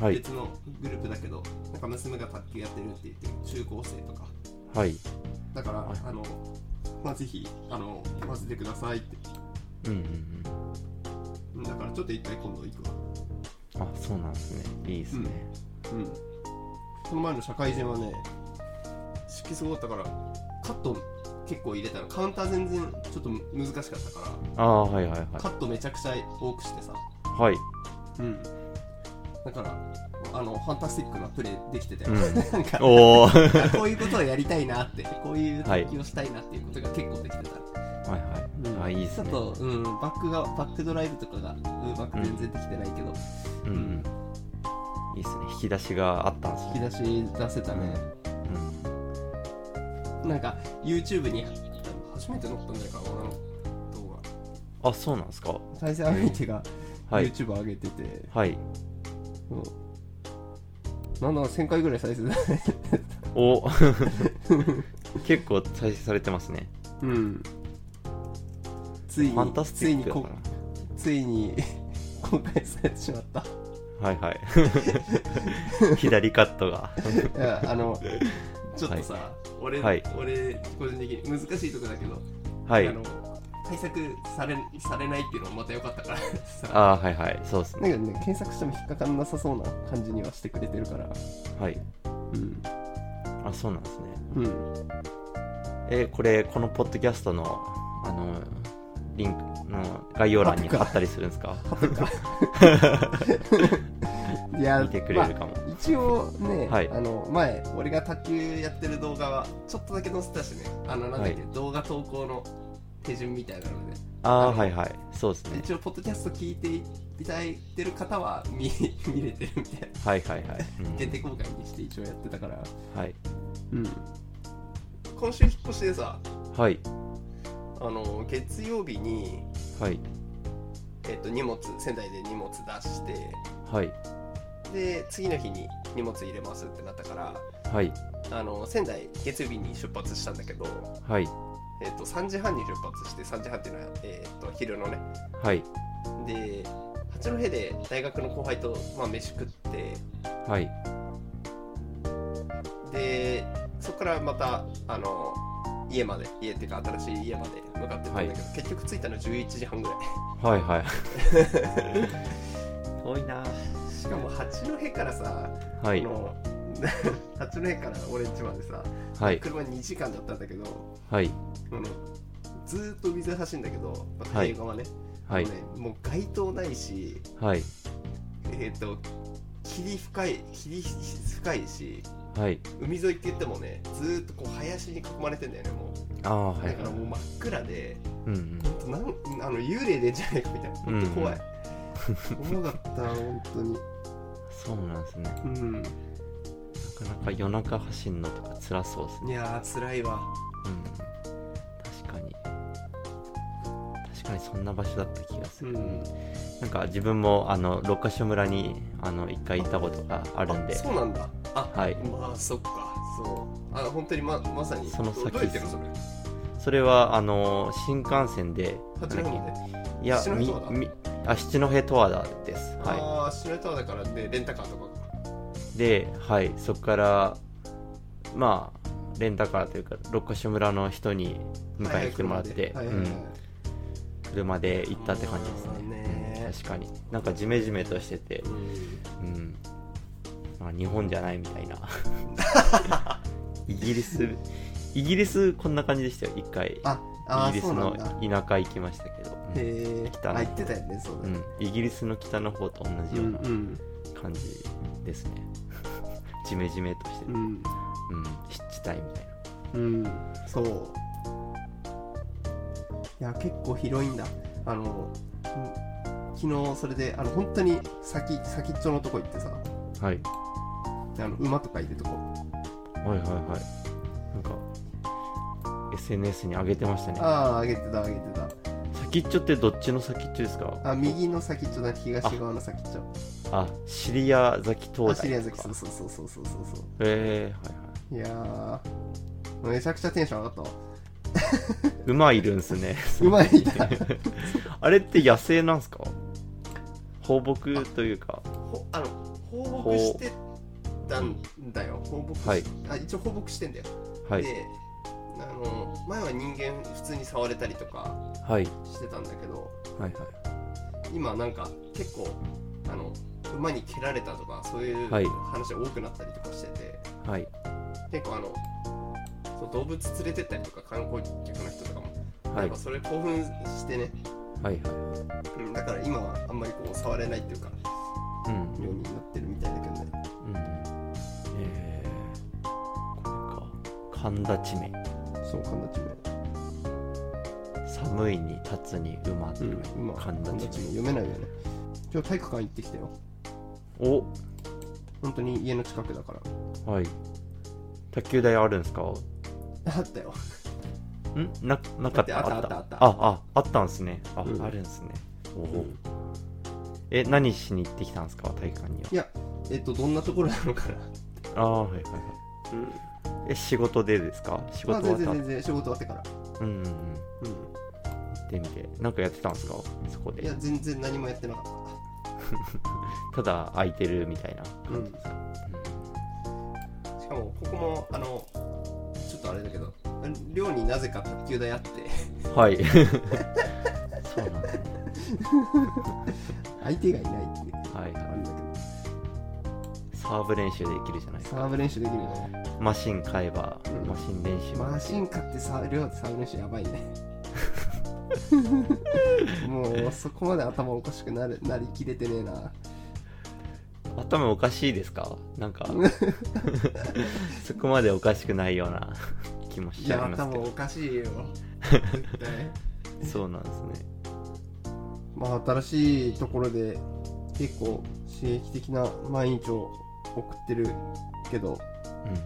Speaker 1: はい
Speaker 2: 別のグループだけど、なんか娘が卓球やってるって言ってる中高生とか
Speaker 1: はい
Speaker 2: だから、
Speaker 1: はい
Speaker 2: あのまあぜひあの混ぜてくださいって
Speaker 1: うんうんうん
Speaker 2: うんだからちょっと一回今度行くわ
Speaker 1: あそうなんですねいいですね、
Speaker 2: うんこの前の社会人はね出すごかったからカット結構入れたらカウンター全然ちょっと難しかったか
Speaker 1: ああはいはい
Speaker 2: らカットめちゃくちゃ多くしてさ
Speaker 1: はいはい
Speaker 2: うん、だからあのファンタスティックなプレーできてて、
Speaker 1: うん
Speaker 2: なんか
Speaker 1: おお はい
Speaker 2: こういうことをやりたいなってこういう卓球をしたいなっていうことが結構できてた、
Speaker 1: はい、あいいですね
Speaker 2: ちょっと、うん、バックがバックドライブとかがうんバック全然できてないけど、
Speaker 1: うんうんいいですね引き出しがあったんですね
Speaker 2: 引き出し出せたね、なんか YouTube に初めて載ったんじゃないかな俺の動
Speaker 1: うん、あそうなんですか
Speaker 2: 画対戦相手が
Speaker 1: はい
Speaker 2: YouTube 上げてて、
Speaker 1: はい
Speaker 2: うんなんだ1000回ぐらい再生だね
Speaker 1: お 結構再生されてますね
Speaker 2: うんつい
Speaker 1: ファンタ
Speaker 2: に
Speaker 1: ス
Speaker 2: つ
Speaker 1: テ
Speaker 2: い
Speaker 1: ィッ
Speaker 2: に
Speaker 1: クだ
Speaker 2: こ
Speaker 1: か
Speaker 2: ついに 公開されてしまった
Speaker 1: らはいはい 左カットが
Speaker 2: いやあのちょっとさ、俺、
Speaker 1: はい
Speaker 2: 俺個人的に難しいとこだけど、
Speaker 1: はい
Speaker 2: あの対策されされないっていうのもまた良かったからさ
Speaker 1: ああーはいはいそうです
Speaker 2: な
Speaker 1: ね
Speaker 2: んかね検索しても引っかかんなさそうな感じにはしてくれてるから
Speaker 1: はい
Speaker 2: うん
Speaker 1: あそうなんですね
Speaker 2: うん
Speaker 1: えこれこのポッドキャストのあのリンクの概要欄に貼ったりするんですか
Speaker 2: とか いや
Speaker 1: 見てくれるかも、
Speaker 2: まあ一応ね、
Speaker 1: はい
Speaker 2: あの前俺が卓球やってる動画はちょっとだけ載せたしねあのなんだっけ、
Speaker 1: は
Speaker 2: 動画投稿の手順みたいなので
Speaker 1: ああ
Speaker 2: あの
Speaker 1: はいはいそうですね
Speaker 2: 一応ポッドキャスト聞いていただいてる方は 見見れてるみたいな
Speaker 1: はいはいはい、うん
Speaker 2: 限定公開にして一応やってたから
Speaker 1: はい
Speaker 2: うん今週引っ越しでさ
Speaker 1: はい
Speaker 2: あの月曜日に、
Speaker 1: はい
Speaker 2: えっと荷物仙台で荷物出して
Speaker 1: はい
Speaker 2: で次の日に荷物入れますってなったから
Speaker 1: はい
Speaker 2: あの仙台月曜日に出発したんだけど、
Speaker 1: はい
Speaker 2: えっと3時半に出発して3時半っていうのは、えっと昼のね
Speaker 1: はい
Speaker 2: で八戸で大学の後輩と、まあ、飯食って
Speaker 1: はい
Speaker 2: でそこからまたあの家まで家っていうか新しい家まで向かってったんだけど、結局着いたの11時半ぐらい
Speaker 1: はいはい遠いな
Speaker 2: しかも八戸からさ、
Speaker 1: は
Speaker 2: あ
Speaker 1: い
Speaker 2: の八戸から俺ん家までさ
Speaker 1: はい
Speaker 2: 車2時間だったんだけど
Speaker 1: はい
Speaker 2: あのずーっと水走るんだけど、まあ、
Speaker 1: はい
Speaker 2: 映画はね,、
Speaker 1: はい
Speaker 2: あのねもう街灯ないし
Speaker 1: はい
Speaker 2: えっ、と霧深い霧深いし
Speaker 1: はい
Speaker 2: 海沿いって言ってもねずーっとこう林に囲まれてんだよねも
Speaker 1: ああ
Speaker 2: う
Speaker 1: は
Speaker 2: だ
Speaker 1: い
Speaker 2: からもう真っ暗で
Speaker 1: うん
Speaker 2: なんあの幽霊出んじゃないかみたいな本当怖い、怖かった本当に
Speaker 1: そうなんですね
Speaker 2: うん
Speaker 1: なかなか夜中走んのとか辛そうですね
Speaker 2: いやー辛いわ
Speaker 1: うん確かに確かにそんな場所だった気がする、
Speaker 2: うん
Speaker 1: なんか自分もあの六ヶ所村にあの一回行ったことがあるんで
Speaker 2: そうなんだあ
Speaker 1: はい
Speaker 2: まあそっかそうあ本当にままさに
Speaker 1: その先
Speaker 2: どうやってやるのそれ
Speaker 1: それはあの新幹線で
Speaker 2: 八戸まで、
Speaker 1: なんだっけいや
Speaker 2: 七戸
Speaker 1: み
Speaker 2: 十和田
Speaker 1: みあ七戸十和田ですは
Speaker 2: ああ白川だからでレンタカーとか
Speaker 1: いではいそこからまあレンタカーというか六ヶ所村の人に迎えに来てもらって、
Speaker 2: はいはいはい
Speaker 1: うん車で行ったって感じですね
Speaker 2: ね
Speaker 1: うん確かになんかジメジメとしててうん、まあ、日本じゃないみたい なイギリスイギリスこんな感じでしたよ一回イ
Speaker 2: ああ
Speaker 1: ギリ
Speaker 2: ー
Speaker 1: ス
Speaker 2: そうな
Speaker 1: の
Speaker 2: んだ
Speaker 1: 田舎行きましたけどうん
Speaker 2: へえ
Speaker 1: 北の
Speaker 2: あ言ってたよねそう
Speaker 1: う
Speaker 2: だね
Speaker 1: ん、イギリスの北の方と同じよ
Speaker 2: う
Speaker 1: うんな
Speaker 2: うん
Speaker 1: 感じですね、 ジメジメとしてる、うん、
Speaker 2: ん
Speaker 1: 湿地帯みたい
Speaker 2: うんそういや結構広いんだあのうん昨日それであの本当に先先っちょのとこ行ってさ
Speaker 1: な、はい、
Speaker 2: あの馬とかいるとこ
Speaker 1: はいはいはいなんか SNS に上げてましたね
Speaker 2: ああ上げてた上げてた
Speaker 1: 先っちょってどっちの先っちょですか
Speaker 2: あ右の先っちょだ東側の先っちょ
Speaker 1: あシリア崎
Speaker 2: あ
Speaker 1: 東
Speaker 2: シ
Speaker 1: 大
Speaker 2: リア
Speaker 1: へ
Speaker 2: 崎そうそうそうそうそうそうそ
Speaker 1: えー、はいはいう
Speaker 2: いやーめちゃくちゃテンション上がったわ
Speaker 1: 馬いるんすね
Speaker 2: 馬いた
Speaker 1: あれって野生なんすか放牧というか
Speaker 2: ほあの放牧してたんだよ放牧し
Speaker 1: はい
Speaker 2: あ一応放牧してんだよ、
Speaker 1: はい
Speaker 2: であの前は人間普通に触れたりとか
Speaker 1: はい
Speaker 2: してたんだけど
Speaker 1: はいはい
Speaker 2: 今なんか結構あの馬に蹴られたとかそういう
Speaker 1: はい
Speaker 2: 話が多くなったりとかしてて、
Speaker 1: はい
Speaker 2: 結構あのそう動物連れてったりとか観光客の人とかも、
Speaker 1: は
Speaker 2: や
Speaker 1: い
Speaker 2: っぱそれ興奮してね、
Speaker 1: はいはい
Speaker 2: うん、だから今はあんまりこう触れないっていうか
Speaker 1: うん
Speaker 2: ようになってるみたいだけどね
Speaker 1: うんえー、これか神田地名
Speaker 2: そう神田地
Speaker 1: 寒いに立つに馬って
Speaker 2: 名
Speaker 1: いう、
Speaker 2: うん、まあ
Speaker 1: 神
Speaker 2: 神
Speaker 1: 田
Speaker 2: 田
Speaker 1: 地名
Speaker 2: 地名読めないよね今日体育館行ってきたよ
Speaker 1: お
Speaker 2: 本当に家の近くだから
Speaker 1: はい卓球台あるんですか
Speaker 2: あったよ
Speaker 1: んななかった
Speaker 2: あったあったあった
Speaker 1: あああったんすねあ、
Speaker 2: うん
Speaker 1: あるんすねおお、
Speaker 2: うん
Speaker 1: え何しに行ってきたんですか体育館にはい
Speaker 2: やえっとどんなところなのかな、
Speaker 1: ああはいはいはいえ仕事でですか仕
Speaker 2: まあ
Speaker 1: 事終わ
Speaker 2: 全
Speaker 1: った
Speaker 2: 然全然仕事終わってから
Speaker 1: うんうんうん行
Speaker 2: う
Speaker 1: ってみてなんかやってたんですかそこ
Speaker 2: んい
Speaker 1: で
Speaker 2: や全然何もやってなかった
Speaker 1: ただ空いてるみたいな感じですか、
Speaker 2: しかもここもあのちょっとあれだけど寮になぜか卓球台あって
Speaker 1: うんはい そうなんですね
Speaker 2: 相手がいないっていう
Speaker 1: はい
Speaker 2: あるんだけど
Speaker 1: サーブ練習できるじゃないです
Speaker 2: サ
Speaker 1: か
Speaker 2: ーブ練習できるよね
Speaker 1: マシン買えば
Speaker 2: うん
Speaker 1: マシン練習
Speaker 2: マシン買ってサー量サーブ練習やばい ねもうそこまで頭おかしくなるなりきれてねえな
Speaker 1: 頭おかしいですかなん かそこまでおかしくないような 気もし
Speaker 2: い
Speaker 1: ちゃ
Speaker 2: や
Speaker 1: います
Speaker 2: 頭
Speaker 1: け
Speaker 2: お
Speaker 1: ど
Speaker 2: かしいよ 絶対
Speaker 1: そうなんですね
Speaker 2: まあ新しいところで結構刺激的な毎日を送ってるけど
Speaker 1: うんうん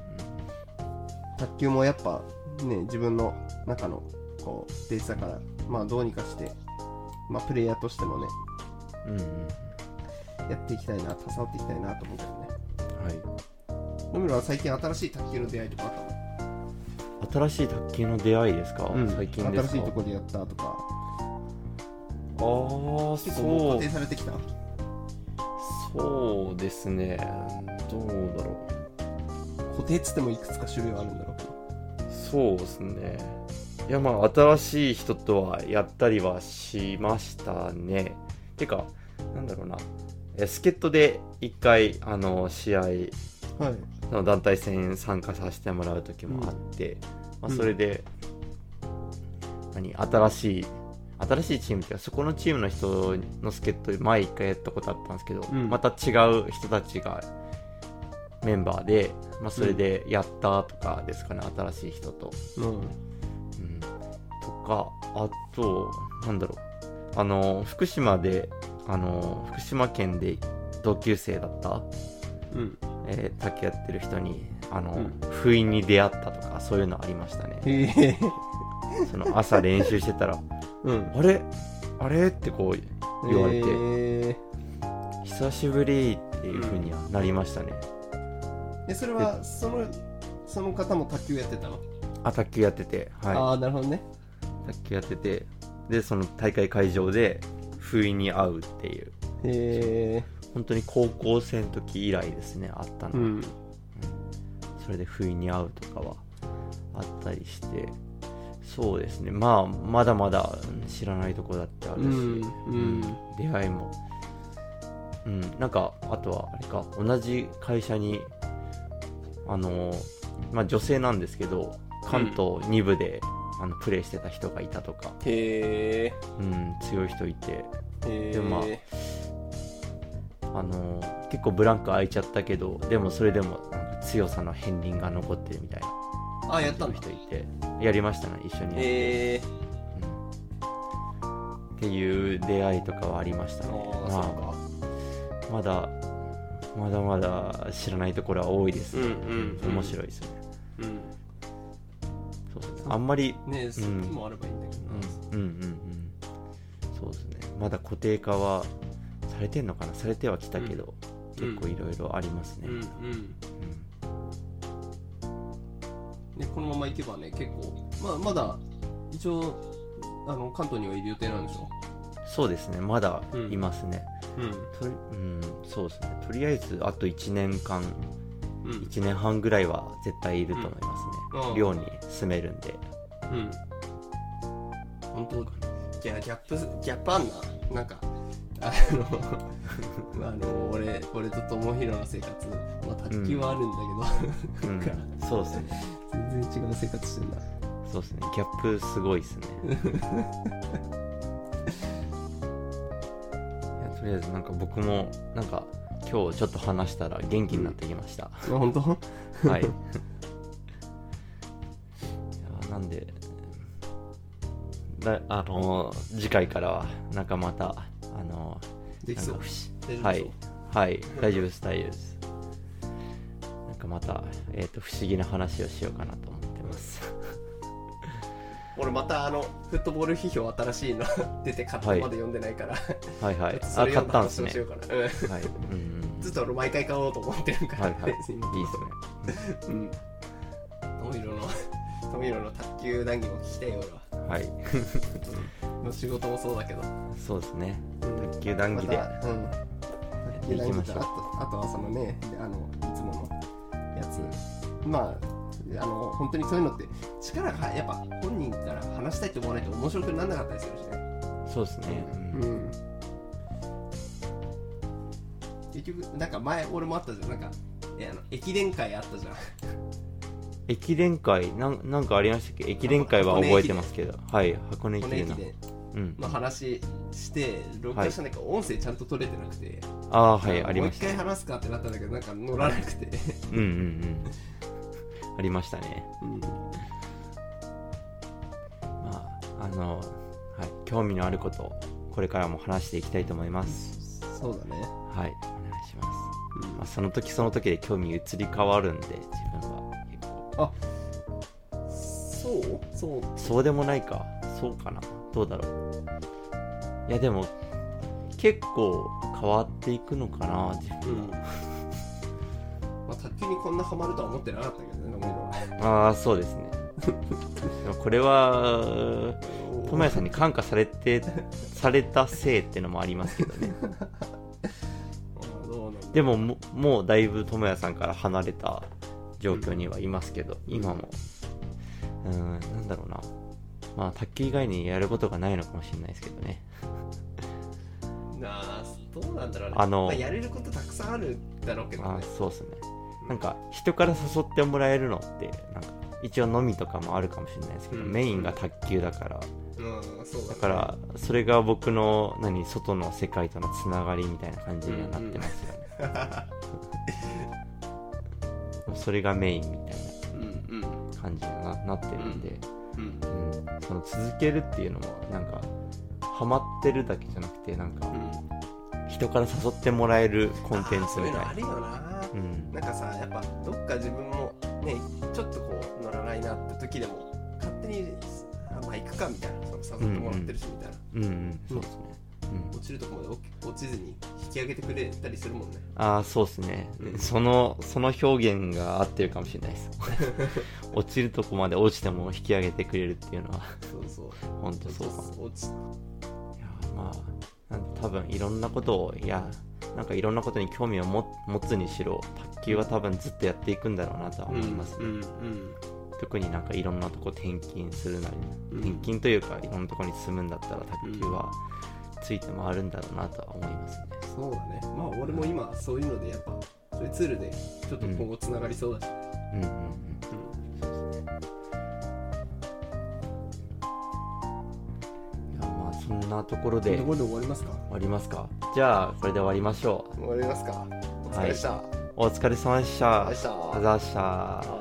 Speaker 2: 卓球もやっぱね自分の中のこうデータだからまあどうにかして、まあ、プレイヤーとしてもね
Speaker 1: うんうん
Speaker 2: やっていきたいな携わっていきたいなと思うけどね
Speaker 1: は
Speaker 2: のむろは最近新しい卓球の出会いとかあったの
Speaker 1: い新しい卓球の出会いですか、最近ですか
Speaker 2: 新しいとこでやったとか
Speaker 1: ああ
Speaker 2: 結構もう
Speaker 1: そ
Speaker 2: 固定
Speaker 1: う
Speaker 2: されてきた
Speaker 1: そうですねどうだろう
Speaker 2: 固定っつってもいくつか種類はあるんだろうけど
Speaker 1: そうですねいやまあ新しい人とはやったりはしましたねてかなんだろうなえ助っ人で一回あの試合
Speaker 2: はい
Speaker 1: その団体戦参加させてもらう時もあって、まあ、それで、何新しい新しいチームっていうかそこのチームの人の助っ人前一回やったことあったんですけど、
Speaker 2: うん
Speaker 1: また違う人たちがメンバーで、まあ、それでやったとかですかね、新しい人と。
Speaker 2: うん
Speaker 1: うんとかあとなんだろうあの福島であの福島県で同級生だった、
Speaker 2: うん
Speaker 1: えー、卓球やってる人にあの、
Speaker 2: うん
Speaker 1: 不意に出会ったとかそういうのありましたね
Speaker 2: へえ
Speaker 1: その朝練習してたら
Speaker 2: うん
Speaker 1: 「あれあれ?」ってこう言われて「
Speaker 2: え
Speaker 1: 久しぶり」っていうふうにはなりましたね、
Speaker 2: えそれはそのその方も卓球やってたの、
Speaker 1: あ卓球やってては
Speaker 2: ああなるほどね
Speaker 1: い卓球やっててでその大会会場で不意に会うっていう
Speaker 2: へえ
Speaker 1: 本当に高校生の時以来ですねあったの、
Speaker 2: うん
Speaker 1: それで不意に会うとかはあったりしてそうですねまあまだまだうん知らないとこだってある
Speaker 2: う
Speaker 1: し、
Speaker 2: んう
Speaker 1: うん
Speaker 2: ん
Speaker 1: 出会いもうんなんかあとはあれか同じ会社にあのまあ女性なんですけど関東2部で、あのプレーしてた人がいたとか、
Speaker 2: へえ
Speaker 1: うん、強い人いて
Speaker 2: へえ
Speaker 1: でもまああの結構ブランク空いちゃったけどでもそれでもなんか強さの片鱗が残ってるみたいな
Speaker 2: ああやったんだ
Speaker 1: 人いてやりましたね一緒にやって、
Speaker 2: へえ
Speaker 1: うんっていう出会いとかはありました
Speaker 2: あ
Speaker 1: ね
Speaker 2: あそうか
Speaker 1: まあまだまだまだ知らないところは多いですね、
Speaker 2: うんうんうん
Speaker 1: 面白いですよね
Speaker 2: うん
Speaker 1: そうですねあんまり
Speaker 2: ねえそっちもあればいいんだけ
Speaker 1: うんう
Speaker 2: どな
Speaker 1: んうんうんそうですねまだ固定化はされてんのかなされてはきたけど、
Speaker 2: うん
Speaker 1: 結構いろいろありますね、
Speaker 2: うんうんね、このまま行けばね結構、まあ、まだ一応あの関東にはいる予定なんでしょ
Speaker 1: うんそうですねまだいますね、
Speaker 2: う
Speaker 1: とりうん、そうですねとりあえずあと1年間
Speaker 2: んうん
Speaker 1: 1年半ぐらいは絶対いると思いますね、
Speaker 2: うん
Speaker 1: 寮に住めるんで
Speaker 2: うん本当いやギャップギャップあんななんかあの あの俺俺と友弘の生活、まあ、卓球はあるんだけ
Speaker 1: う
Speaker 2: ど、
Speaker 1: ん
Speaker 2: なんか、
Speaker 1: そうですね
Speaker 2: 全然違う生活してんだ
Speaker 1: そうですねギャップすごいですねいやとりあえずなんか僕もなんか今日ちょっと話したら元気になってきました、
Speaker 2: あ本当
Speaker 1: はい いやなんでだあの次回からはなんかまたあの
Speaker 2: できそう
Speaker 1: なんか不思
Speaker 2: 大丈夫
Speaker 1: はい、はい、大丈夫です、大丈夫です。なんかまた、えっ、と、不思議な話をしようかなと思ってます。
Speaker 2: 俺またあのフットボール批評新しいの 出て買ってま
Speaker 1: はい
Speaker 2: だ読んでないから、
Speaker 1: はいはい。あ、
Speaker 2: それ
Speaker 1: 買っ
Speaker 2: 読んだ
Speaker 1: たんです
Speaker 2: 話を
Speaker 1: ね
Speaker 2: し。ようかな、うん
Speaker 1: はい、うんうん。
Speaker 2: ずっと俺毎回買おうと思ってるから、
Speaker 1: はいはい。いいです
Speaker 2: 別
Speaker 1: ね
Speaker 2: に。うん。トミロの、トミロの卓球談義も聞きたいよ、俺
Speaker 1: はい、
Speaker 2: は。の仕事もそうだけど。
Speaker 1: そうですね。卓球談
Speaker 2: ま
Speaker 1: 義で。
Speaker 2: た、うん。卓
Speaker 1: 行き
Speaker 2: 球談
Speaker 1: ま
Speaker 2: 義
Speaker 1: し
Speaker 2: と
Speaker 1: ょう
Speaker 2: あと、あとはそのね、あの、いつものやつ。まあ、あの、本当にそういうのって、力が、やっぱ本人から話したいと思わないと面白くならなかったりするしね。
Speaker 1: そうですね。うん
Speaker 2: ん。結局、なんか前、俺もあったじゃん。なんか、えあの駅伝会あったじゃん。
Speaker 1: 駅伝会、なん、なんかありましたっけ駅伝会は覚えてますけど。はい、箱根駅
Speaker 2: 骨
Speaker 1: 伝
Speaker 2: 駅
Speaker 1: の。
Speaker 2: 伝。
Speaker 1: うん。
Speaker 2: の話して録画したんだけど音声ちゃんと取れてなくて、
Speaker 1: ああー、はい、あり
Speaker 2: もう
Speaker 1: まし
Speaker 2: 一
Speaker 1: た。
Speaker 2: 回話すかってなったんだけどなんか乗らなくて、
Speaker 1: うんうんうん。ありましたね。
Speaker 2: うん、
Speaker 1: まあ、あの、はい、興味のあることをこれからも話していきたいと思います。
Speaker 2: そうだね、
Speaker 1: はい、お願いします。
Speaker 2: うん
Speaker 1: まあ、その時その時で興味移り変わるんで、自分は結構。
Speaker 2: そうそう
Speaker 1: そうでもないか、そうかな、どうだろう。いや、でも、結構変わっていくのかな、自分も。
Speaker 2: まあ卓球にこんなハマるとは思ってなかったけどね飲
Speaker 1: ああ、そうですね。でもこれは、
Speaker 2: み
Speaker 1: 友也さんに感化されて、されたせいってのもありますけどね。
Speaker 2: どうなんだ
Speaker 1: でもももうだいぶ智也さんから離れた状況にはいますけど、
Speaker 2: うん
Speaker 1: 今もうんなんだろうなまあ卓球以外にやることがないのかもしれないですけどね
Speaker 2: なあどうなんだろうね
Speaker 1: あの
Speaker 2: まあ、やれることたくさんあるだろうけど
Speaker 1: あ
Speaker 2: ね
Speaker 1: そうっすねなんか人から誘ってもらえるのってなんか一応飲みとかもあるかもしれないですけど、
Speaker 2: うん
Speaker 1: メインが卓球だから
Speaker 2: うんそうだ,、
Speaker 1: だ
Speaker 2: ね、
Speaker 1: からそれが僕の何外の世界とのつながりみたいな感じにはなってます よね、それがメインみたい
Speaker 2: うんうん
Speaker 1: な感じにななってるんで、
Speaker 2: うん
Speaker 1: うんその続けるっていうのもなんかハマってるだけじゃなくてなんか
Speaker 2: うん
Speaker 1: 人から誘ってもらえるコンテンツみたい
Speaker 2: あーそういうのあるよ
Speaker 1: なうん
Speaker 2: ななんかさやっぱどっか自分もねちょっとこう乗らないなって時でも勝手にあまあ行くかみたいなその誘ってもらってるしみたいな、
Speaker 1: うんうんそうですね、うん
Speaker 2: 落ちるとこまで落落ちずに引き上げてくれたりするもんね
Speaker 1: ああそうですね、
Speaker 2: うん
Speaker 1: そのその表現が合ってるかもしれないです 落ちるとこまで落ちても引き上げてくれるっていうのは
Speaker 2: そうそう
Speaker 1: 本当そうかも
Speaker 2: 落ち
Speaker 1: いやまあなん多分いろんなことをいやなんかいろんなことに興味を持持つにしろ卓球は多分ずっとやっていくんだろうなとは思いますね、
Speaker 2: うんうん
Speaker 1: 特になんかいろんなとこ転勤するなり、
Speaker 2: うん
Speaker 1: 転勤というかいろんなとこに住むんだったら卓球はついて回るんだろうなとは思いますね、
Speaker 2: そうだねまあ俺も今そういうのでやっぱそういうツールでちょっと今後つながりそうだし、
Speaker 1: うんうんうんいやまあそんなところ
Speaker 2: うん、
Speaker 1: で
Speaker 2: と
Speaker 1: 終
Speaker 2: ころで終わりますか
Speaker 1: わりますかじゃあこれで終わりましょう
Speaker 2: 終わりますかお疲れでした、
Speaker 1: お疲れ様でした
Speaker 2: お疲れ様でした
Speaker 1: ありがとうございました